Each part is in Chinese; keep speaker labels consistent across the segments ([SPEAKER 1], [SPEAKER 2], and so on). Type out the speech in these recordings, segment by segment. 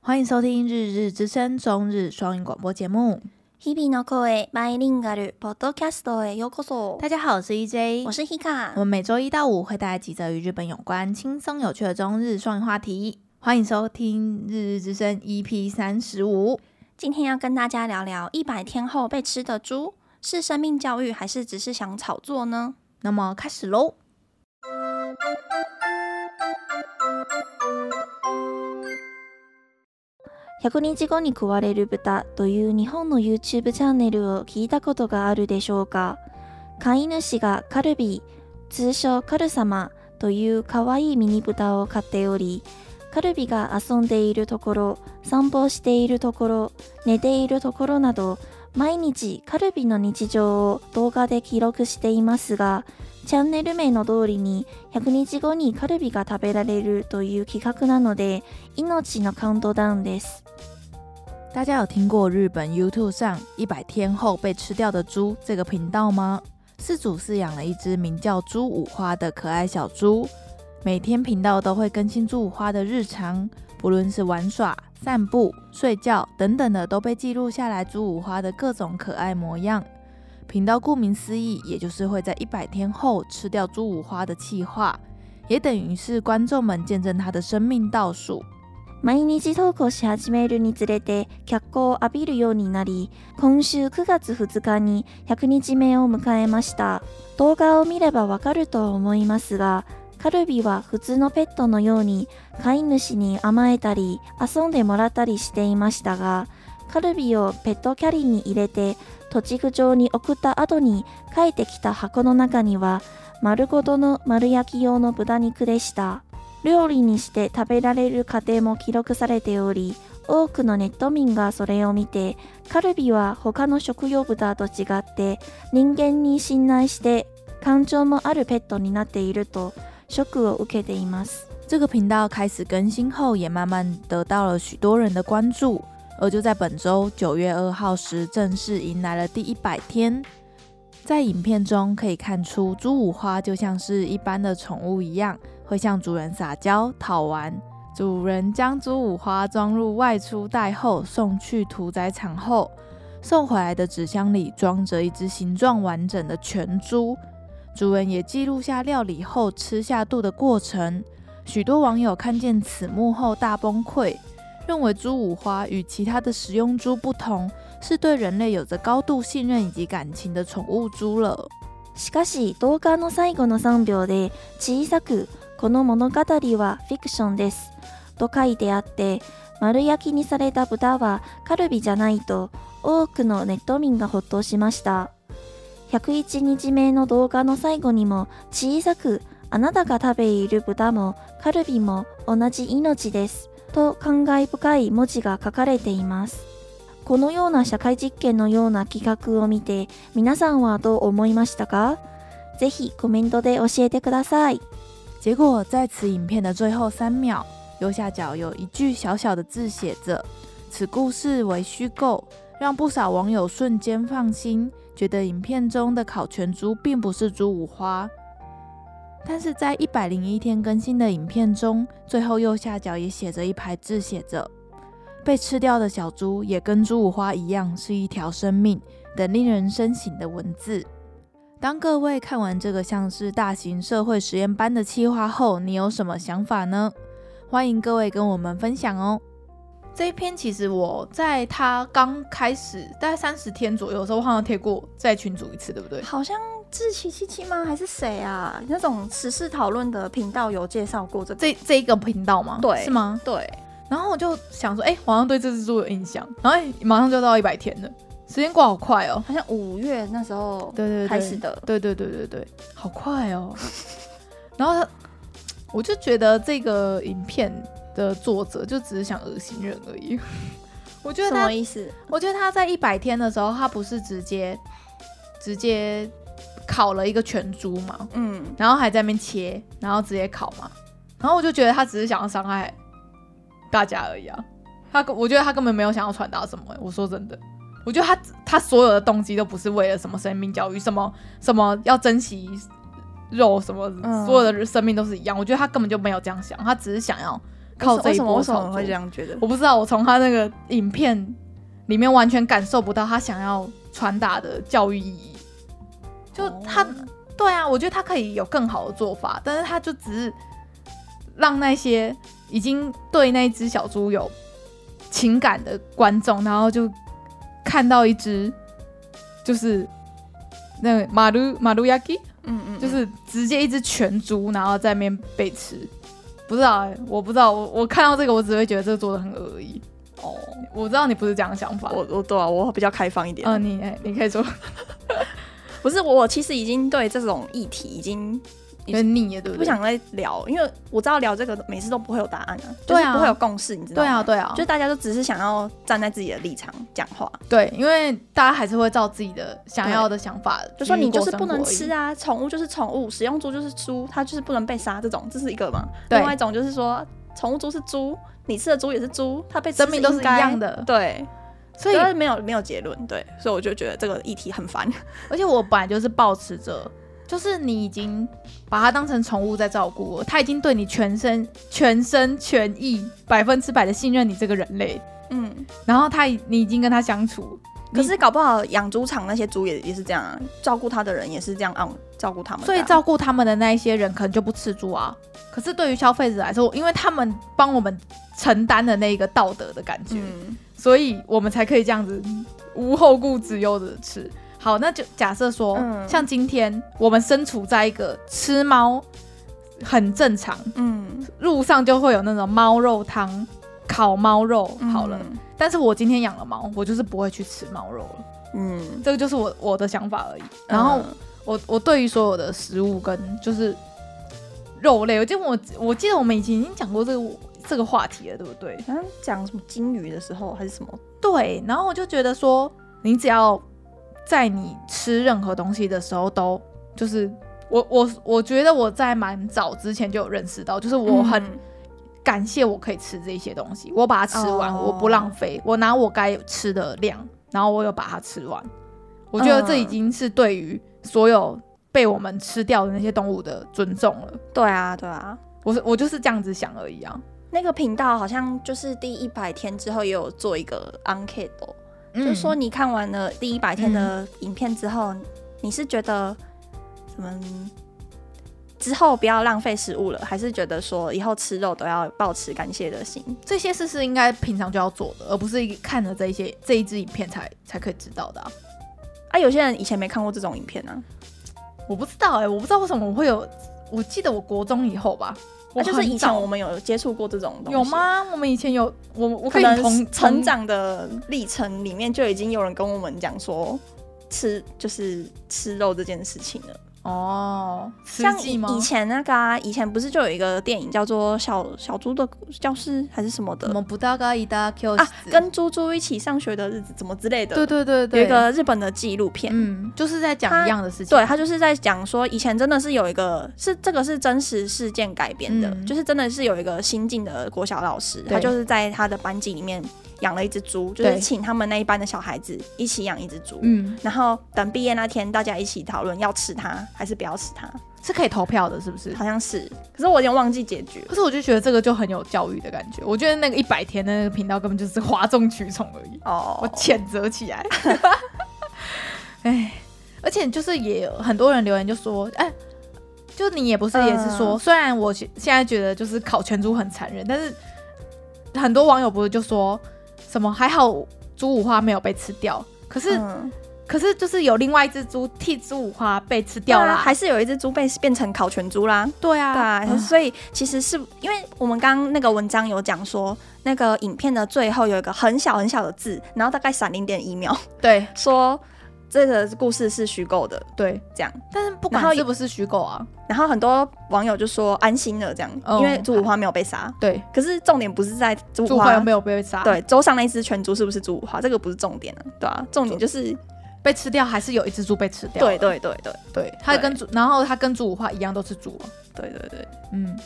[SPEAKER 1] 欢迎收听《日日之声》中日双语广播节目。
[SPEAKER 2] 日々の声バイリンガルポッドキャストへようこそ。
[SPEAKER 1] 大家好，我是 E EJ，
[SPEAKER 2] 我是 Hika
[SPEAKER 1] 我。们每周一到五会带来几则与日本有关、轻松有趣的中日双语话题。欢迎收听《日日之声》EP 三十五。
[SPEAKER 2] 今天要跟大家聊聊一百天后被吃的猪是生命教育，还是只是想炒作呢？
[SPEAKER 1] 那么开始喽。
[SPEAKER 2] 100日後に食われる豚という日本の YouTube チャンネルを聞いたことがあるでしょうか飼い主がカルビー、通称カル様という可愛いミニ豚を飼っており、カルビが遊んでいるところ、散歩しているところ、寝ているところなど、毎日カルビの日常を動画で記録していますが、チャンネル名の通りに100日後にカルビが食べられるという企画なので、命のカウントダウンです。
[SPEAKER 1] 大家有听过日本 YouTube 上一百天后被吃掉的猪这个频道吗？饲主饲养了一只名叫猪五花的可爱小猪，每天频道都会更新猪五花的日常，不论是玩耍、散步、睡觉等等的，都被记录下来猪五花的各种可爱模样。频道顾名思义，也就是会在一百天后吃掉猪五花的计划，也等于是观众们见证它的生命倒数。
[SPEAKER 2] 毎日投稿し始めるにつれて脚光を浴びるようになり今週9月2日に100日目を迎えました動画を見ればわかると思いますがカルビは普通のペットのように飼い主に甘えたり遊んでもらったりしていましたがカルビをペットキャリーに入れて土地区上に送った後に帰ってきた箱の中には丸ごとの丸焼き用の豚肉でした料理にして食べられる過程も記録されており多くのネット民がそれを見てカルビは他の食用豚と違って人間に信頼して感情もあるペットになっているとショックを受けています
[SPEAKER 1] 这个频道开始更新后，也慢慢得到了许多人的关注。而就在本周九月二号时，正式迎来了第一百天。在影片中可以看出，猪五花就像是一般的宠物一样，会向主人撒娇讨玩。主人将猪五花装入外出袋后，送去屠宰场后，送回来的纸箱里装着一只形状完整的全猪。主人也记录下料理后吃下肚的过程。许多网友看见此幕后大崩溃，认为猪五花与其他的食用猪不同，是对人类有着高度信任以及感情的宠物猪了。
[SPEAKER 2] しかし動画の最後の3秒で小さく「この物語はフィクションです」と書いてあって丸焼きにされた豚はカルビじゃないと多くのネット民がほっとしました101日目の動画の最後にも小さく「あなたが食べている豚もカルビも同じ命です」と感慨深い文字が書かれていますこのような社会実験のような企画を見て皆さんはどう思いましたかぜひコメントで教えてください。
[SPEAKER 1] 结果在此影片的最后三秒，右下角有一句小小的字写着：“此故事为虚构”，让不少网友瞬间放心，觉得影片中的烤全猪并不是猪五花。但是在一百零一天更新的影片中，最后右下角也写着一排字，写着：“被吃掉的小猪也跟猪五花一样是一条生命”等令人深省的文字。当各位看完这个像是大型社会实验班的企划后，你有什么想法呢？欢迎各位跟我们分享哦。这一篇其实我在它刚开始大概三十天左右的时候，我好像贴过在群组一次，对不对？
[SPEAKER 3] 好像志奇七七吗？还是谁啊？那种时事讨论的频道有介绍过这个。
[SPEAKER 1] 这这一个频道吗？
[SPEAKER 3] 对
[SPEAKER 1] 是吗？
[SPEAKER 3] 对，
[SPEAKER 1] 然后我就想说，哎、我好像对这只猪有印象，然后、哎马上就到一百天了，时间过好快哦。
[SPEAKER 3] 好像五月那时候
[SPEAKER 1] 对对对，
[SPEAKER 3] 开始的。
[SPEAKER 1] 对对对对对，好快哦。 然后他，我就觉得这个影片的作者就只是想恶心人而已。 我觉得
[SPEAKER 3] 什
[SPEAKER 1] 他
[SPEAKER 3] 么，意思？
[SPEAKER 1] 我觉得他在一百天的时候，他不是直接直接烤了一个全猪嘛，
[SPEAKER 3] 嗯，
[SPEAKER 1] 然后还在那边切，然后直接烤嘛。然后我就觉得他只是想要伤害大家而已啊。他我觉得他根本没有想要传达什么、我说真的，我觉得他他所有的动机都不是为了什么生命教育，什么什么要珍惜肉，什么
[SPEAKER 3] 嗯
[SPEAKER 1] 所有的生命都是一样。我觉得他根本就没有这样想，他只是想要靠这
[SPEAKER 2] 为
[SPEAKER 1] 一
[SPEAKER 2] 什么
[SPEAKER 1] 波
[SPEAKER 2] 为什
[SPEAKER 1] 炒
[SPEAKER 2] 么会这
[SPEAKER 1] 作。
[SPEAKER 2] 样觉得？
[SPEAKER 1] 我不知道，我从他那个影片里面完全感受不到他想要传达的教育意义。就他，
[SPEAKER 2] 哦
[SPEAKER 1] 对啊，我觉得他可以有更好的做法，但是他就只是让那些已经对那一只小猪有情感的观众，然后就看到一只就是那个马鲁马鲁亚基，
[SPEAKER 2] 嗯嗯，
[SPEAKER 1] 就是直接一只全猪，然后在那边被吃。不知道欸、我不知道，我我看到这个，我只会觉得这个做的很恶意。
[SPEAKER 2] 哦，
[SPEAKER 1] 我知道你不是这样的想法，
[SPEAKER 2] 我我对啊，我比较开放一点。
[SPEAKER 1] 嗯、你哎你可以说
[SPEAKER 2] 不是我，我其实已经对这种议题已经
[SPEAKER 1] 有点腻了，对不对？
[SPEAKER 2] 不想再聊，因为我知道聊这个每次都不会有答案啊，
[SPEAKER 1] 对啊
[SPEAKER 2] 就是不会有共识，你知道
[SPEAKER 1] 对
[SPEAKER 2] 吗？
[SPEAKER 1] 啊，对啊，
[SPEAKER 2] 就大家都只是想要站在自己的立场讲话，
[SPEAKER 1] 对，因为大家还是会照自己的想要的想法，
[SPEAKER 2] 就说你就是不能吃。啊，宠物就是宠物，食用猪就是猪，它就是不能被杀，这种这是一个嘛？
[SPEAKER 1] 对
[SPEAKER 2] 另外一种就是说，宠物猪是猪，你吃的猪也是猪，它被吃
[SPEAKER 1] 生命都是
[SPEAKER 2] 应该
[SPEAKER 1] 一样的
[SPEAKER 2] 对，
[SPEAKER 1] 所以，
[SPEAKER 2] 但是没有没有结论，对，所以我就觉得这个议题很烦。
[SPEAKER 1] 而且我本来就是抱持着，就是你已经把它当成宠物在照顾了，它已经对你全身全身全意、百分之百的信任你这个人类，
[SPEAKER 2] 嗯，
[SPEAKER 1] 然后它已你已经跟它相
[SPEAKER 2] Oh
[SPEAKER 1] 处，
[SPEAKER 2] 可是搞不好养猪场那些猪也也是这样啊，照顾它的人也是这样啊，照顾他们的
[SPEAKER 1] 所
[SPEAKER 2] 啊，
[SPEAKER 1] 以照顾他们的那一些人可能就不吃猪啊。可是对于消费者来说，因为他们帮我们承担的那一个道德的感觉，
[SPEAKER 2] 嗯
[SPEAKER 1] 所以我们才可以这样子无后顾之忧的吃。好，那就假设说，
[SPEAKER 2] 嗯
[SPEAKER 1] 像今天我们身处在一个吃猫很正常，
[SPEAKER 2] 嗯，
[SPEAKER 1] 路上就会有那种猫肉汤、烤猫肉，好了。
[SPEAKER 2] 嗯
[SPEAKER 1] 但是我今天养了猫，我就是不会去吃猫肉了，
[SPEAKER 2] 嗯，
[SPEAKER 1] 这个就是我我的想法而已。然后
[SPEAKER 2] 嗯
[SPEAKER 1] 我我对于所有的食物跟就是肉类，我记得我我记得我们以前已经讲过这个这个话题了，对不对？
[SPEAKER 2] 好像讲什么金鱼的时候还是什么，
[SPEAKER 1] 对，然后我就觉得说，你只要在你吃任何东西的时候都就是。我我我觉得我在蛮早之前就有认识到，就是我很
[SPEAKER 2] 嗯
[SPEAKER 1] 感谢我可以吃这些东西，我把它吃完，
[SPEAKER 2] 哦
[SPEAKER 1] 我不浪费，我拿我该吃的量，然后我有把它吃完。我觉得这已
[SPEAKER 2] 嗯
[SPEAKER 1] 经是对于所有被我们吃掉的那些动物的尊重了。
[SPEAKER 2] 对啊对啊，
[SPEAKER 1] 我是我就是这样子想而已啊。
[SPEAKER 2] 那个频道好像就是第一百天之后也有做一个 enquete，、哦
[SPEAKER 1] 嗯
[SPEAKER 2] 就是说你看完了第一百天的影片之后，你是觉得什么？之后不要浪费食物了，还是觉得说以后吃肉都要保持感谢的心？
[SPEAKER 1] 这些事是应该平常就要做的，而不是一看了这一些这一支影片才才可以知道的啊、
[SPEAKER 2] 啊，有些人以前没看过这种影片啊，
[SPEAKER 1] 我不知道哎、我不知道为什么我会有，我记得我国中以后吧，啊
[SPEAKER 2] 那、
[SPEAKER 1] 我
[SPEAKER 2] 就是
[SPEAKER 1] 很
[SPEAKER 2] 以前
[SPEAKER 1] 早
[SPEAKER 2] 我们有接触过这种东西，
[SPEAKER 1] 有？吗？我们以前有我我
[SPEAKER 2] 可
[SPEAKER 1] 跟你同
[SPEAKER 2] 能成长的历程里面就已经有人跟我们讲说吃就是吃肉这件事情了。
[SPEAKER 1] 哦，实
[SPEAKER 2] 像
[SPEAKER 1] 际
[SPEAKER 2] 以
[SPEAKER 1] 吗？
[SPEAKER 2] 以前那个啊，以前不是就有一个电影叫做《小小猪的教室》还是什么的
[SPEAKER 1] 我们不大概一大 Q
[SPEAKER 2] 啊，跟猪猪一起上学的日子怎么之类的，
[SPEAKER 1] 对对对对
[SPEAKER 2] 有一个日本的纪录片。
[SPEAKER 1] 嗯，就是在讲
[SPEAKER 2] 他
[SPEAKER 1] 一样的事情。
[SPEAKER 2] 对他就是在讲说，以前真的是有一个是这个是真实事件改编的，
[SPEAKER 1] 嗯
[SPEAKER 2] 就是真的是有一个新进的国小老师，
[SPEAKER 1] 对
[SPEAKER 2] 他就是在他的班级里面养了一只猪，就
[SPEAKER 1] 对
[SPEAKER 2] 是请他们那一班的小孩子一起养一只猪，
[SPEAKER 1] 嗯，
[SPEAKER 2] 然后等毕业那天大家一起讨论要吃它还是不要吃它，
[SPEAKER 1] 是可以投票的，是不是？
[SPEAKER 2] 好像是，可是我有点忘记结局了
[SPEAKER 1] 可是我就觉得这个就很有教育的感觉。我觉得那个一百天的那个频道根本就是哗众取宠而已，
[SPEAKER 2] 哦
[SPEAKER 1] 我谴责起 来。哎，而且就是也有很多人留言就说，哎。就你也不是，也是说，
[SPEAKER 2] 嗯
[SPEAKER 1] 虽然我现现在觉得就是烤全猪很残忍，但是很多网友不是就说什么还好猪五花没有被吃掉，可是
[SPEAKER 2] 嗯
[SPEAKER 1] 可是就是有另外一只猪替猪五花被吃掉
[SPEAKER 2] 对
[SPEAKER 1] 啦，
[SPEAKER 2] 啊还是有一只猪被变成烤全猪啦。
[SPEAKER 1] 对啊，
[SPEAKER 2] 对啊，
[SPEAKER 1] 嗯
[SPEAKER 2] 所以其实是因为我们刚刚那个文章有讲说，那个影片的最后有一个很小很小的字，然后大概闪零点一秒，
[SPEAKER 1] 对
[SPEAKER 2] 说这个故事是虚构的
[SPEAKER 1] 对，
[SPEAKER 2] 这样。
[SPEAKER 1] 但是不
[SPEAKER 2] 然后
[SPEAKER 1] 管
[SPEAKER 2] 也
[SPEAKER 1] 是不是虚构啊，
[SPEAKER 2] 然后很多网友就说安心了这样，
[SPEAKER 1] 哦
[SPEAKER 2] 因为猪五花没有被杀。
[SPEAKER 1] 对，
[SPEAKER 2] 可是重点不是在猪
[SPEAKER 1] 猪
[SPEAKER 2] 五
[SPEAKER 1] 五花
[SPEAKER 2] 花
[SPEAKER 1] 有没有被杀？，
[SPEAKER 2] 对桌上那只全猪是不是猪五花，这个不是重点啊，对啊，重点就是
[SPEAKER 1] 被吃掉还是有一只猪被吃掉了？
[SPEAKER 2] 对对对对
[SPEAKER 1] 对，它跟猪，然后它跟猪五花一样都是猪啊，
[SPEAKER 2] 对对对。
[SPEAKER 1] 嗯，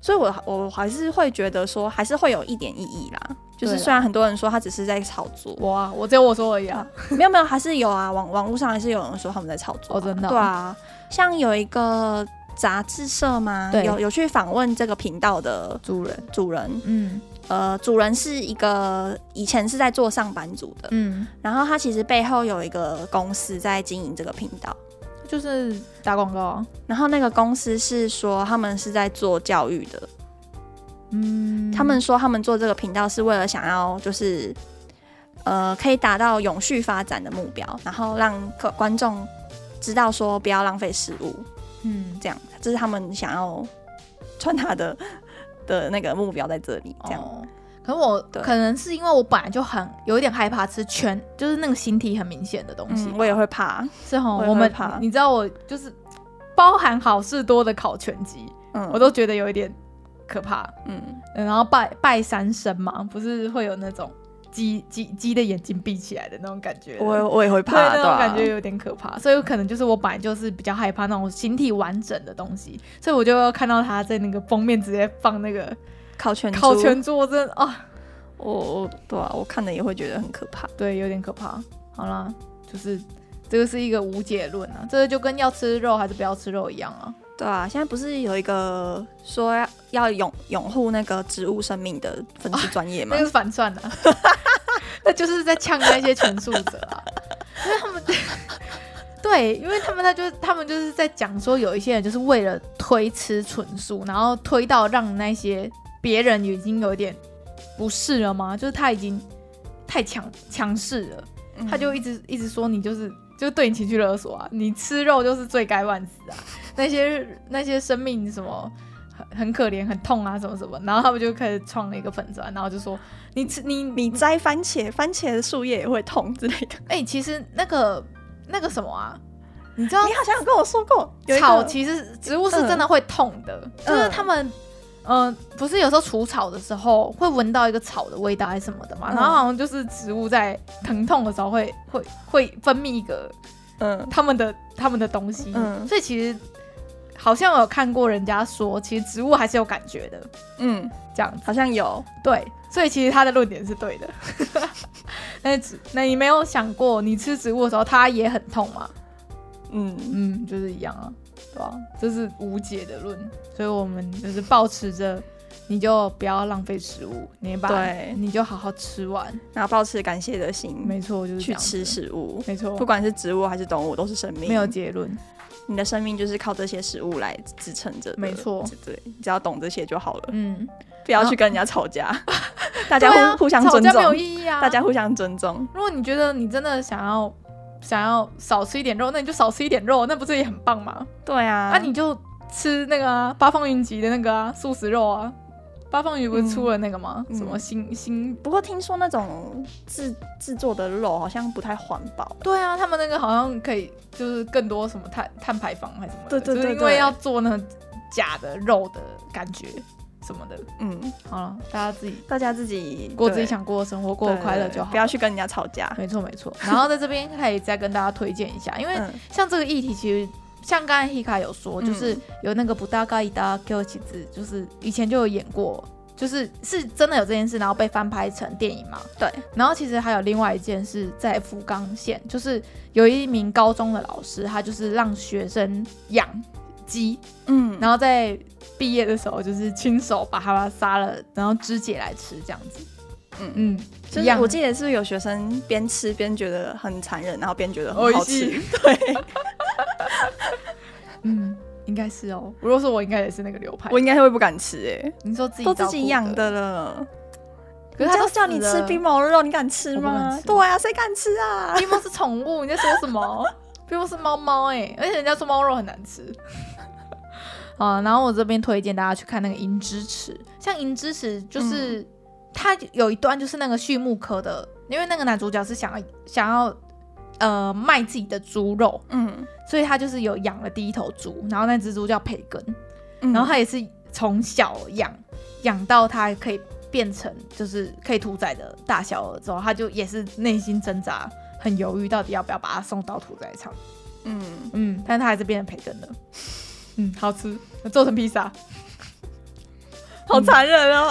[SPEAKER 2] 所以我，我还是会觉得说，还是会有一点意义啦。就
[SPEAKER 1] 对
[SPEAKER 2] 是
[SPEAKER 1] 啊啦
[SPEAKER 2] 虽然很多人说他只是在炒作，
[SPEAKER 1] 我啊，我只有我说而已啊，
[SPEAKER 2] 没有没有，还是有啊，网网络上还是有人说他们在炒作啊、
[SPEAKER 1] 哦真的哦
[SPEAKER 2] 对啊，像有一个杂志社吗？
[SPEAKER 1] 对
[SPEAKER 2] 有有去访问这个频道的
[SPEAKER 1] 主人，
[SPEAKER 2] 主人，
[SPEAKER 1] 嗯
[SPEAKER 2] 呃，主人是一个以前是在做上班族的，
[SPEAKER 1] 嗯，
[SPEAKER 2] 然后他其实背后有一个公司在经营这个频道，
[SPEAKER 1] 就是打广告啊，
[SPEAKER 2] 然后那个公司是说他们是在做教育的，
[SPEAKER 1] 嗯，
[SPEAKER 2] 他们说他们做这个频道是为了想要就是。呃，可以达到永续发展的目标，然后让客观众知道说不要浪费食物，
[SPEAKER 1] 嗯
[SPEAKER 2] 这样，这是他们想要传达的的那个目标在这里，这样。
[SPEAKER 1] 哦可能我
[SPEAKER 2] 对
[SPEAKER 1] 可能是因为我本来就很有一点害怕吃全，就是那个形体很明显的东西吧。
[SPEAKER 2] 嗯，我也会怕，
[SPEAKER 1] 是哈，
[SPEAKER 2] 我也
[SPEAKER 1] 我们
[SPEAKER 2] 会怕
[SPEAKER 1] 你知道我就是包含好事多的烤全鸡，
[SPEAKER 2] 嗯，
[SPEAKER 1] 我都觉得有一点可怕。
[SPEAKER 2] 嗯，
[SPEAKER 1] 嗯然后拜拜山神嘛，不是会有那种鸡鸡鸡的眼睛闭起来的那种感觉，
[SPEAKER 2] 我我也会
[SPEAKER 1] 对
[SPEAKER 2] 怕，
[SPEAKER 1] 那
[SPEAKER 2] 对啊
[SPEAKER 1] 种
[SPEAKER 2] 吧？
[SPEAKER 1] 感觉有点可怕，所以可能就是我本来就是比较害怕那种形体完整的东西，所以我就看到他在那个封面直接放那个
[SPEAKER 2] 烤全
[SPEAKER 1] 烤
[SPEAKER 2] 猪
[SPEAKER 1] 全，猪，我真的啊、
[SPEAKER 2] 我我对啊，我看了也会觉得很可怕。
[SPEAKER 1] 对，有点可怕。好啦，就是这个是一个无解论啊，这个就跟要吃肉还是不要吃肉一样啊。
[SPEAKER 2] 对啊，现在不是有一个说要要拥拥护那个植物生命的分支专业吗
[SPEAKER 1] 那就？是反串啊， 那就是在呛那些陈述者啊，因为他们 对，因为他们他就他们就是在讲说，有一些人就是为了推吃纯素，然后推到让那些别人已经有点不适了吗？就是他已经太强强势了，
[SPEAKER 2] 嗯
[SPEAKER 1] 他就一直一直说你就是就是对你情绪勒索啊，你吃肉就是罪该万死啊， 那些那些生命什么。很很可怜，很痛啊，什么什么，然后他们就开始创了一个粉砖，然后就说你吃你
[SPEAKER 2] 你摘番茄，番茄的树叶也会痛之类的。
[SPEAKER 1] 哎、其实那个那个什么啊，你知道
[SPEAKER 2] 你好像有跟我说过，有一个
[SPEAKER 1] 草其实植物是真的会痛的，就是
[SPEAKER 2] 嗯
[SPEAKER 1] 他们。嗯，不是有时候除草的时候会闻到一个草的味道还是什么的嘛，
[SPEAKER 2] 嗯
[SPEAKER 1] 然后好像就是植物在疼痛的时候会会会分泌一个
[SPEAKER 2] 嗯
[SPEAKER 1] 他们的他们的东西，
[SPEAKER 2] 嗯
[SPEAKER 1] 所以其实好像有看过人家说，其实植物还是有感觉的，
[SPEAKER 2] 嗯，
[SPEAKER 1] 这样
[SPEAKER 2] 好像有，
[SPEAKER 1] 对，所以其实他的论点是对的。 那植那你没有想过，你吃植物的时候它也很痛吗？
[SPEAKER 2] 嗯
[SPEAKER 1] 嗯，就是一样啊，对吧、这是无解的论，所以我们就是保持着，你就不要浪费食物，你把
[SPEAKER 2] 对
[SPEAKER 1] 你就好好吃完。
[SPEAKER 2] 然后保持感谢的心
[SPEAKER 1] 没错，就是这
[SPEAKER 2] 去
[SPEAKER 1] 样子
[SPEAKER 2] 吃，食物，
[SPEAKER 1] 没错
[SPEAKER 2] 不，管是植物还是动物，都是生命。
[SPEAKER 1] 没有结论。
[SPEAKER 2] 你的生命就是靠这些食物来支撑着的。
[SPEAKER 1] 没错
[SPEAKER 2] 对，对只要懂这些就好了，
[SPEAKER 1] 嗯，
[SPEAKER 2] 不要去跟人家 吵架，大家互、
[SPEAKER 1] 对啊
[SPEAKER 2] 互相
[SPEAKER 1] 吵
[SPEAKER 2] 尊
[SPEAKER 1] 架没有
[SPEAKER 2] 重，
[SPEAKER 1] 意义啊。
[SPEAKER 2] 大家，互相尊重。
[SPEAKER 1] 如果你觉得你真的想要想要少吃一点肉，那你就少吃一点肉，那不是也很棒吗？
[SPEAKER 2] 对啊，
[SPEAKER 1] 啊，你就吃那个啊，八方云集的那个啊，素食肉啊。八方云集不是出了那个吗？
[SPEAKER 2] 嗯
[SPEAKER 1] 什么新新？
[SPEAKER 2] 不过听说那种制制作的肉好像不太环保。
[SPEAKER 1] 对啊，他们那个好像可以，就是更多什么碳碳排放还是什么的，
[SPEAKER 2] 对对对
[SPEAKER 1] 就是因为要做那种假的肉的感觉什么的。
[SPEAKER 2] 嗯，
[SPEAKER 1] 好了，大家自己
[SPEAKER 2] 大家自己
[SPEAKER 1] 过自己想过的生活，过
[SPEAKER 2] 对
[SPEAKER 1] 得快乐就
[SPEAKER 2] 对
[SPEAKER 1] 好。
[SPEAKER 2] 不要去跟人家吵架。
[SPEAKER 1] 没错没错。然后在这边可以再跟大家推荐一下，因为
[SPEAKER 2] 嗯
[SPEAKER 1] 像这个议题，其实像刚才 Hika 有说，
[SPEAKER 2] 嗯
[SPEAKER 1] 就是有那个不大嘎一大 Q 旗子，就是以前就有演过，就是是真的有这件事，然后被翻拍成电影嘛。
[SPEAKER 2] 对，
[SPEAKER 1] 然后其实还有另外一件事，在福冈县，就是有一名高中的老师，他就是让学生养鸡，
[SPEAKER 2] 嗯，
[SPEAKER 1] 然后在毕业的时候就是亲手把它杀了，然后肢解来吃这样子。
[SPEAKER 2] 嗯
[SPEAKER 1] 嗯，
[SPEAKER 2] 就是我记得是有学生边吃边觉得很残忍，然后边觉得很
[SPEAKER 1] 哦，
[SPEAKER 2] 好吃。对，
[SPEAKER 1] 嗯，应该是哦。如果是我，应该也是那个流派。
[SPEAKER 2] 我应该会不敢吃诶、
[SPEAKER 1] 你说自己
[SPEAKER 2] 都
[SPEAKER 1] 照顾
[SPEAKER 2] 自己养的，了。
[SPEAKER 1] 可是
[SPEAKER 2] 人
[SPEAKER 1] 他
[SPEAKER 2] 家
[SPEAKER 1] 都
[SPEAKER 2] 都叫你
[SPEAKER 1] 死
[SPEAKER 2] 吃
[SPEAKER 1] 了
[SPEAKER 2] 冰毛肉，你敢吃
[SPEAKER 1] 我不敢
[SPEAKER 2] 吗？
[SPEAKER 1] 吃
[SPEAKER 2] 对啊，谁敢吃啊？
[SPEAKER 1] 冰猫是宠物，你在说什么？ 冰猫是猫猫哎，而且人家说猫肉很难吃。啊，然后我这边推荐大家去看那个《银之匙》，像《银之匙》就是、它有一段就是那个畜牧科的，因为那个男主角是想要想要呃卖自己的猪肉，
[SPEAKER 2] 嗯，
[SPEAKER 1] 所以他就是有养了第一头猪，然后那只猪叫培根，
[SPEAKER 2] 嗯
[SPEAKER 1] 然后他也是从小养养到他可以变成就是可以屠宰的大小了之后，他就也是内心挣扎，很犹豫到底要不要把它送到屠宰场。
[SPEAKER 2] 嗯，
[SPEAKER 1] 嗯，但是他还是变成培根的。嗯， 好吃，做成披萨。
[SPEAKER 2] 好残忍哦。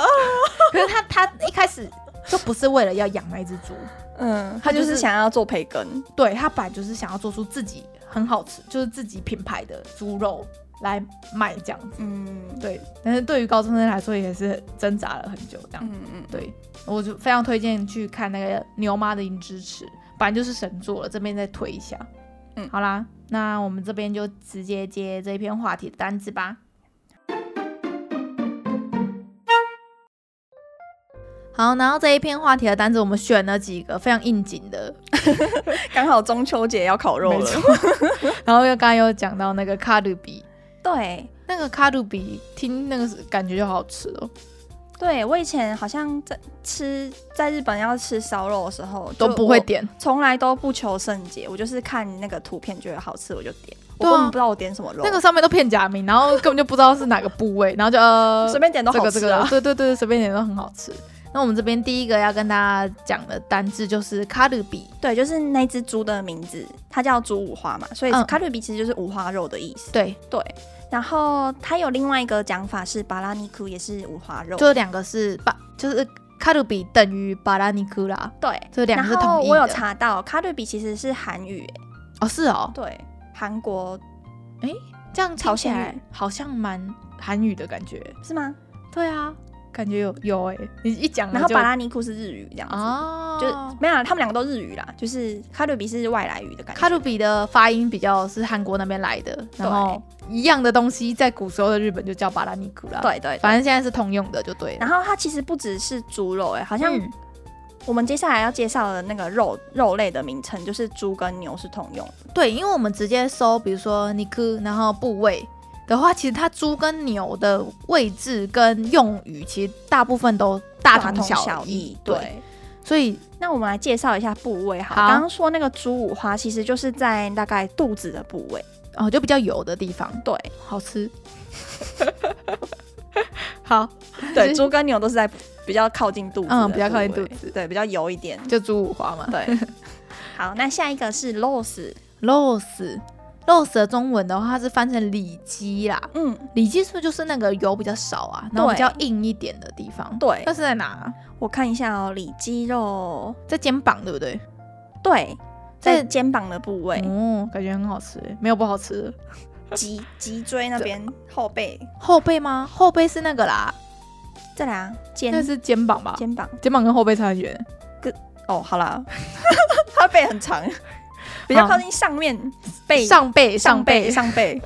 [SPEAKER 1] 可是他他一开始就不是为了要养那只猪，
[SPEAKER 2] 嗯，
[SPEAKER 1] 他
[SPEAKER 2] 他
[SPEAKER 1] 就
[SPEAKER 2] 就是是想要做培根。
[SPEAKER 1] 对他本来就是想要做出自己很好吃，就是自己品牌的猪肉来卖这样子。
[SPEAKER 2] 嗯，
[SPEAKER 1] 对，但是对于高中生来说也是挣扎了很久这样。
[SPEAKER 2] 嗯嗯，
[SPEAKER 1] 对，我就非常推荐去看那个牛妈的银之匙，反正就是神作了，这边再推一下。
[SPEAKER 2] 嗯
[SPEAKER 1] 好啦，那我们这边就直接接这一篇话题的单字吧。好，然后这一篇话题的单子，我们选了几个非常应景的，
[SPEAKER 2] 刚好中秋节要烤肉
[SPEAKER 1] 没
[SPEAKER 2] 了。
[SPEAKER 1] 错 然后又刚刚有讲到那个卡鲁比，
[SPEAKER 2] 对
[SPEAKER 1] 那个卡鲁比听那个感觉就好好吃哦，
[SPEAKER 2] 对，我以前好像在吃在日本要吃烧肉的时候
[SPEAKER 1] 都
[SPEAKER 2] 就
[SPEAKER 1] 不会
[SPEAKER 2] 我
[SPEAKER 1] 点。
[SPEAKER 2] 从来都不求甚解，我就是看那个图片觉得好吃我就点，我
[SPEAKER 1] 对啊
[SPEAKER 2] 根本不知道我点什么肉，
[SPEAKER 1] 那个上面都片假名，然后根本就不知道是哪个部位，然后就呃
[SPEAKER 2] 随便点都
[SPEAKER 1] 这
[SPEAKER 2] 好
[SPEAKER 1] 个这
[SPEAKER 2] 吃
[SPEAKER 1] 个，
[SPEAKER 2] 啊。
[SPEAKER 1] 对对对，随便点都很好 吃。那我们这边第一个要跟大家讲的单字就是卡鲁比，
[SPEAKER 2] 对，就是那只猪的名字，它叫猪五花嘛，所以
[SPEAKER 1] 嗯
[SPEAKER 2] 卡路比其实就是五花肉的意思。
[SPEAKER 1] 对，
[SPEAKER 2] 对，然后它有另外一个讲法是巴拉尼库，也是五花肉。
[SPEAKER 1] 就两个是巴，就是卡鲁比等于巴拉尼库拉，
[SPEAKER 2] 对，
[SPEAKER 1] 这两
[SPEAKER 2] 然
[SPEAKER 1] 个是统
[SPEAKER 2] 后
[SPEAKER 1] 一的。
[SPEAKER 2] 我有查到卡路比其实是韩语，
[SPEAKER 1] 哦，是哦，
[SPEAKER 2] 对，韩国
[SPEAKER 1] 这样听
[SPEAKER 2] 朝
[SPEAKER 1] 起
[SPEAKER 2] 鲜
[SPEAKER 1] 来
[SPEAKER 2] 语
[SPEAKER 1] 好像蛮韩语的感觉。
[SPEAKER 2] 是吗？
[SPEAKER 1] 对啊，感觉有有哎、你一讲
[SPEAKER 2] 然后巴
[SPEAKER 1] 它
[SPEAKER 2] 拉尼库是日语这样子，
[SPEAKER 1] 哦，
[SPEAKER 2] 就是没有啦，他们两个都日语啦，就是卡路比是外来语的感觉。
[SPEAKER 1] 卡鲁比的发音比较是韩国那边来的，然后一样的东西在古时候的日本就叫巴拉尼库拉，，
[SPEAKER 2] 对对对。
[SPEAKER 1] 反正现在是通用的就对了。
[SPEAKER 2] 然后它其实不只是猪肉、哎，好像
[SPEAKER 1] 嗯
[SPEAKER 2] 我们接下来要介绍的那个肉肉类的名称，就是猪跟牛是通用的。
[SPEAKER 1] 对，因为我们直接搜，比如说尼克，然后部位的话，其实它猪跟牛的位置跟用语，其实大部分都大同
[SPEAKER 2] 小
[SPEAKER 1] 异。
[SPEAKER 2] 对。
[SPEAKER 1] 对，所以
[SPEAKER 2] 那我们来介绍一下部位好了，
[SPEAKER 1] 好
[SPEAKER 2] 刚刚说那个猪五花其实就是在大概肚子的部位，
[SPEAKER 1] 哦，就比较油的地方，
[SPEAKER 2] 对
[SPEAKER 1] 好吃。好，
[SPEAKER 2] 对，猪跟牛都是在比较靠近肚子
[SPEAKER 1] 嗯
[SPEAKER 2] 的部位，
[SPEAKER 1] 比较靠近肚子
[SPEAKER 2] 对，比较油一 点。
[SPEAKER 1] 就猪五花嘛。
[SPEAKER 2] 对，好，那下一个是 rose，
[SPEAKER 1] ，rose，rose 的中文的话，它是翻成里脊啦。
[SPEAKER 2] 嗯，
[SPEAKER 1] 里脊是不是就是那个油比较少啊，然后
[SPEAKER 2] 对
[SPEAKER 1] 比较硬一点的地方？
[SPEAKER 2] 对
[SPEAKER 1] 那是在哪啊？
[SPEAKER 2] 我看一下哦，里肌肉，
[SPEAKER 1] 在肩膀，对不对？
[SPEAKER 2] 对，
[SPEAKER 1] 在
[SPEAKER 2] 在肩膀的部位，
[SPEAKER 1] 哦，感觉很好吃耶，没有不好吃的。
[SPEAKER 2] 脊脊椎那边，后背，
[SPEAKER 1] 后背吗？后背是那个啦，
[SPEAKER 2] 再来啊，
[SPEAKER 1] 那
[SPEAKER 2] 肩
[SPEAKER 1] 是肩膀吧？
[SPEAKER 2] 肩膀，
[SPEAKER 1] 肩膀跟后背差很远。
[SPEAKER 2] 哦，好啦，他背很长，比较
[SPEAKER 1] 好
[SPEAKER 2] 靠近上面背
[SPEAKER 1] 上背，
[SPEAKER 2] 上
[SPEAKER 1] 上背。
[SPEAKER 2] 上背。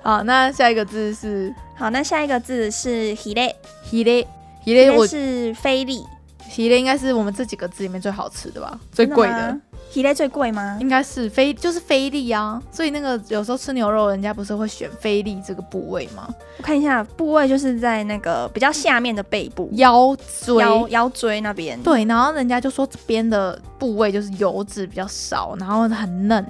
[SPEAKER 1] 好，那下一个字是
[SPEAKER 2] 好，那下一个字是 hile，
[SPEAKER 1] ヒレ。ヒレ我
[SPEAKER 2] 是菲力，
[SPEAKER 1] ヒレ应该是我们这几个字里面最好吃的吧，最贵的。
[SPEAKER 2] hile 最贵吗？
[SPEAKER 1] 应该是菲，就是菲力啊。所以那个有时候吃牛肉，人家不是会选菲力这个部位吗？
[SPEAKER 2] 我看一下部位，就是在那个比较下面的背部，
[SPEAKER 1] 腰椎。
[SPEAKER 2] 腰腰椎那边。，
[SPEAKER 1] 对，然后人家就说这边的部位就是油脂比较少，然后很嫩，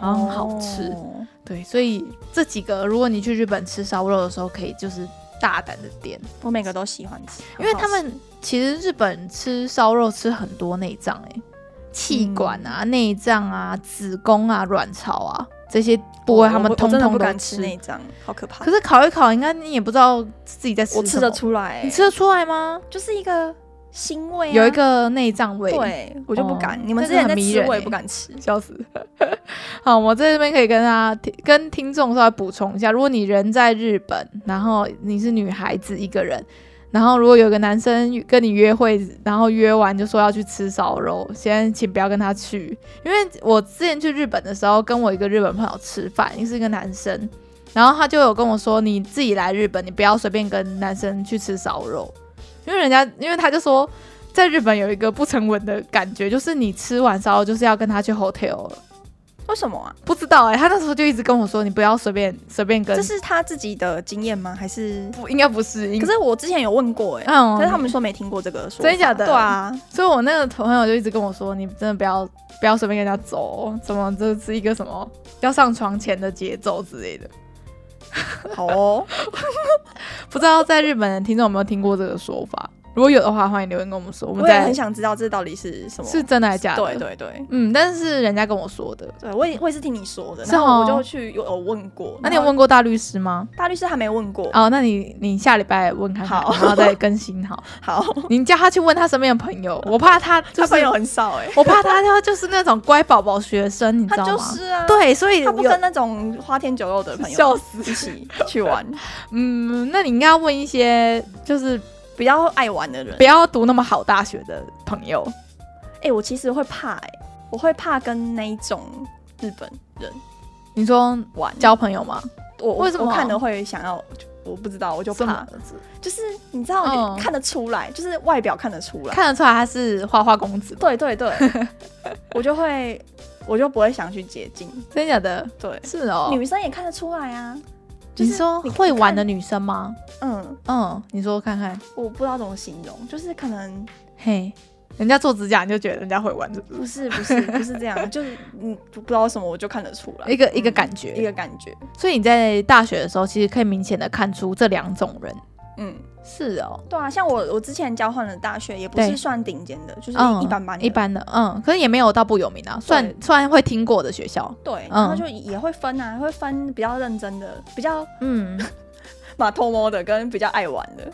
[SPEAKER 1] 然后很好吃。
[SPEAKER 2] 哦
[SPEAKER 1] 对，所以这几个如果你去日本吃烧肉的时候，可以就是大胆的点，
[SPEAKER 2] 我每个都喜欢吃，
[SPEAKER 1] 因为
[SPEAKER 2] 很好
[SPEAKER 1] 他们其实日本吃烧肉吃很多内脏、欸，气管啊、内脏啊、子宫啊、卵巢啊这些
[SPEAKER 2] 吃
[SPEAKER 1] 部位，
[SPEAKER 2] 哦我
[SPEAKER 1] 他们
[SPEAKER 2] 我
[SPEAKER 1] 通
[SPEAKER 2] 真的
[SPEAKER 1] 通
[SPEAKER 2] 不
[SPEAKER 1] 都
[SPEAKER 2] 敢吃内脏，好可怕。
[SPEAKER 1] 可是烤一烤，应该你也不知道自己在吃
[SPEAKER 2] 我
[SPEAKER 1] 什
[SPEAKER 2] 吃
[SPEAKER 1] 么
[SPEAKER 2] 得，出来、
[SPEAKER 1] 你吃得出来吗？
[SPEAKER 2] 就是一个腥味、啊，
[SPEAKER 1] 有一个内脏味，
[SPEAKER 2] 对啊我就不敢。
[SPEAKER 1] 哦
[SPEAKER 2] 你们之
[SPEAKER 1] 那个
[SPEAKER 2] 前在
[SPEAKER 1] 很迷
[SPEAKER 2] 吃
[SPEAKER 1] 人，
[SPEAKER 2] 我也
[SPEAKER 1] 欸
[SPEAKER 2] 不敢吃。
[SPEAKER 1] 笑死！ 好，我在这边可以跟大家跟听众稍微补充一下，如果你人在日本，然后你是女孩子一个人，然后如果有个男生跟你约会，然后约完就说要去吃烧肉，先请不要跟他去，因为我之前去日本的时候，跟我一个日本朋友吃饭，也是一个男生，然后他就有跟我说，你自己来日本，你不要随便跟男生去吃烧肉，因为人家，因为他就说。在日本有一个不成文的感觉，就是你吃完烧肉就是要跟他去 hotel 了。
[SPEAKER 2] 为什么啊？
[SPEAKER 1] 不知道哎、他那时候就一直跟我说，你不要随便随便跟
[SPEAKER 2] 这，是他自己的经验吗？还是？
[SPEAKER 1] 不应该不是。应
[SPEAKER 2] 可是我之前有问过、欸，哎、
[SPEAKER 1] 嗯，
[SPEAKER 2] 可是他们说没听过这个说法。
[SPEAKER 1] 真的假的
[SPEAKER 2] 对啊，
[SPEAKER 1] 所以我那个朋友就一直跟我说，你真的不要不要随便跟人家走，怎么这是一个什么要上床前的节奏之类的。
[SPEAKER 2] 好哦，
[SPEAKER 1] 不知道在日本的听众有没有听过这个说法？如果有的话，欢迎留言跟我们 说，我们
[SPEAKER 2] 我也
[SPEAKER 1] 再
[SPEAKER 2] 很想知道这到底是什么，
[SPEAKER 1] 是真的还是假的。
[SPEAKER 2] 对，对对
[SPEAKER 1] 嗯，但是人家跟我说的。
[SPEAKER 2] 对，我也我也是听你说的，
[SPEAKER 1] 是
[SPEAKER 2] 然
[SPEAKER 1] 哦
[SPEAKER 2] 后我就去有有问过，
[SPEAKER 1] 那你有问
[SPEAKER 2] 过
[SPEAKER 1] 过大律师吗？
[SPEAKER 2] 大律师还没问过，
[SPEAKER 1] 哦，那你你下礼拜问看看，
[SPEAKER 2] 好
[SPEAKER 1] 然后再更新好。
[SPEAKER 2] 好，
[SPEAKER 1] 你叫他去问他身边的朋友，我怕他就
[SPEAKER 2] 他
[SPEAKER 1] 是
[SPEAKER 2] 朋友很少哎，
[SPEAKER 1] 我怕他他就是那种乖宝宝学生，你知
[SPEAKER 2] 他
[SPEAKER 1] 道吗？
[SPEAKER 2] 就是啊，，
[SPEAKER 1] 对，所以
[SPEAKER 2] 他不
[SPEAKER 1] 有
[SPEAKER 2] 跟那种花天酒肉的朋友
[SPEAKER 1] 笑
[SPEAKER 2] 死一起去 玩，
[SPEAKER 1] 嗯，那你应该要问一些就是
[SPEAKER 2] 比较爱玩的人
[SPEAKER 1] 不。要读那么好大学的朋友。
[SPEAKER 2] 哎、我其实会怕哎、我会怕跟那一种日本人
[SPEAKER 1] 你说
[SPEAKER 2] 玩。
[SPEAKER 1] 交朋友吗？
[SPEAKER 2] 我我
[SPEAKER 1] 为什么
[SPEAKER 2] 我看了会想要？就我不知道，我就
[SPEAKER 1] 什
[SPEAKER 2] 怕
[SPEAKER 1] 么，
[SPEAKER 2] 就是你知道、
[SPEAKER 1] 嗯
[SPEAKER 2] 看得出来，就是外表看得出来。
[SPEAKER 1] 看得出来他是花花公子吗，
[SPEAKER 2] 对 对对，我就会，我就不会想去接近。
[SPEAKER 1] 真的假的？
[SPEAKER 2] 对，
[SPEAKER 1] 是哦。
[SPEAKER 2] 女生也看得出来啊。就是
[SPEAKER 1] 你说会玩的女生吗？
[SPEAKER 2] 嗯，
[SPEAKER 1] 嗯，你说看看。
[SPEAKER 2] 我不知道怎么形容，就是可能
[SPEAKER 1] 嘿，人家做指甲你就觉得人家会玩，是不是
[SPEAKER 2] 不是不是不是 这样，就是嗯，不知道为什么，我就看得出来
[SPEAKER 1] 一个一个
[SPEAKER 2] 嗯
[SPEAKER 1] 感
[SPEAKER 2] 一
[SPEAKER 1] 觉。
[SPEAKER 2] 个感觉。
[SPEAKER 1] 所以你在大学的时候，其实可以明显的看出这两种人。
[SPEAKER 2] 嗯，
[SPEAKER 1] 是哦，
[SPEAKER 2] 对啊，像我我之前交换的大学也不
[SPEAKER 1] 对
[SPEAKER 2] 是算顶尖的，就是
[SPEAKER 1] 嗯，
[SPEAKER 2] 一般般的
[SPEAKER 1] 一般的，嗯，可是也没有到不有名啊，算算会听过的学校，
[SPEAKER 2] 对，
[SPEAKER 1] 嗯
[SPEAKER 2] 然后就也会分啊，会分比较认真的、比较
[SPEAKER 1] 嗯，
[SPEAKER 2] 马偷摸的跟比较爱玩的，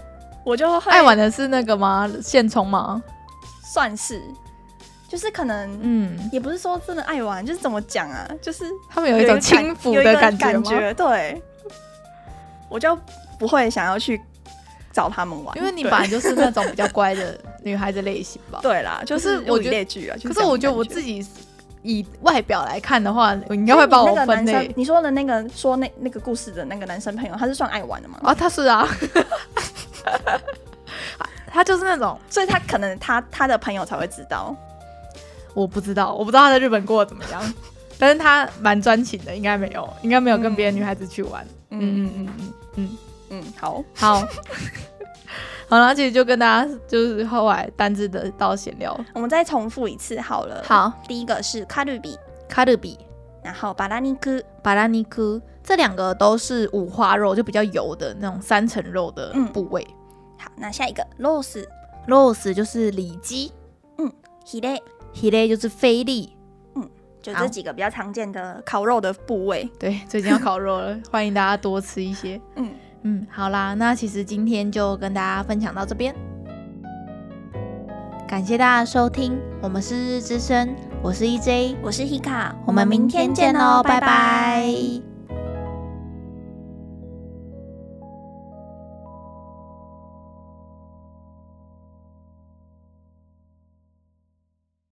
[SPEAKER 2] 我就 会
[SPEAKER 1] 爱玩的是那个吗？现充吗？
[SPEAKER 2] 算是，就是可能、
[SPEAKER 1] 嗯，
[SPEAKER 2] 也不是说真的爱玩，就是怎么讲啊，就是
[SPEAKER 1] 他们有一种轻浮
[SPEAKER 2] 有一
[SPEAKER 1] 的
[SPEAKER 2] 个
[SPEAKER 1] 感
[SPEAKER 2] 感
[SPEAKER 1] 觉吗？
[SPEAKER 2] 觉对，我就不会想要去找他们玩，
[SPEAKER 1] 因为你
[SPEAKER 2] 对
[SPEAKER 1] 本来就是那种比较乖的女孩子类型 吧。
[SPEAKER 2] 对啦，就是
[SPEAKER 1] 可是我
[SPEAKER 2] 物以
[SPEAKER 1] 觉得
[SPEAKER 2] 类聚啊。
[SPEAKER 1] 可
[SPEAKER 2] 就是
[SPEAKER 1] 是
[SPEAKER 2] 这样的
[SPEAKER 1] 我觉得我
[SPEAKER 2] 感
[SPEAKER 1] 自己以外表来看的话，你应该会把
[SPEAKER 2] 所以
[SPEAKER 1] 我
[SPEAKER 2] 你那个
[SPEAKER 1] 分
[SPEAKER 2] 男生
[SPEAKER 1] 类。
[SPEAKER 2] 你说的那个说那那个故事的那个男生朋友，他是算爱玩的嘛？
[SPEAKER 1] 啊，他是啊， 他就是那种
[SPEAKER 2] 所以他可能他他的朋友才会知道。
[SPEAKER 1] 我不知道，我不知道他在日本过得怎么样，但是他蛮专情的，应该没有，应该没有跟别的女孩子去玩。嗯
[SPEAKER 2] 嗯
[SPEAKER 1] 嗯
[SPEAKER 2] 嗯
[SPEAKER 1] 嗯嗯嗯，
[SPEAKER 2] 嗯，好。
[SPEAKER 1] 好， 好了，其实就跟大家就是后来单字的到闲聊。
[SPEAKER 2] 我们再重复一次好了。，
[SPEAKER 1] 好，
[SPEAKER 2] 第一个是卡路比，
[SPEAKER 1] 卡ル比、
[SPEAKER 2] 然后巴拉尼克，
[SPEAKER 1] 巴拉尼科这两个都是五花肉，就比较油的那种三层肉的
[SPEAKER 2] 嗯
[SPEAKER 1] 部位。
[SPEAKER 2] 好，那下一个 rose，
[SPEAKER 1] Roast 就是里脊
[SPEAKER 2] ヒレ，
[SPEAKER 1] h i l e 就是菲力。
[SPEAKER 2] 就
[SPEAKER 1] 好
[SPEAKER 2] 这几个比较常见的烤肉的部位。
[SPEAKER 1] 对，最近要烤肉 了，欢迎大家多吃一些。
[SPEAKER 2] 嗯，
[SPEAKER 1] 嗯，好啦，那其实今天就跟大家分享到这边，感谢大家的收听，我们是日日之声，我是 EJ，
[SPEAKER 2] 我是 Hika，
[SPEAKER 1] 哦
[SPEAKER 4] 我们明天见喽拜拜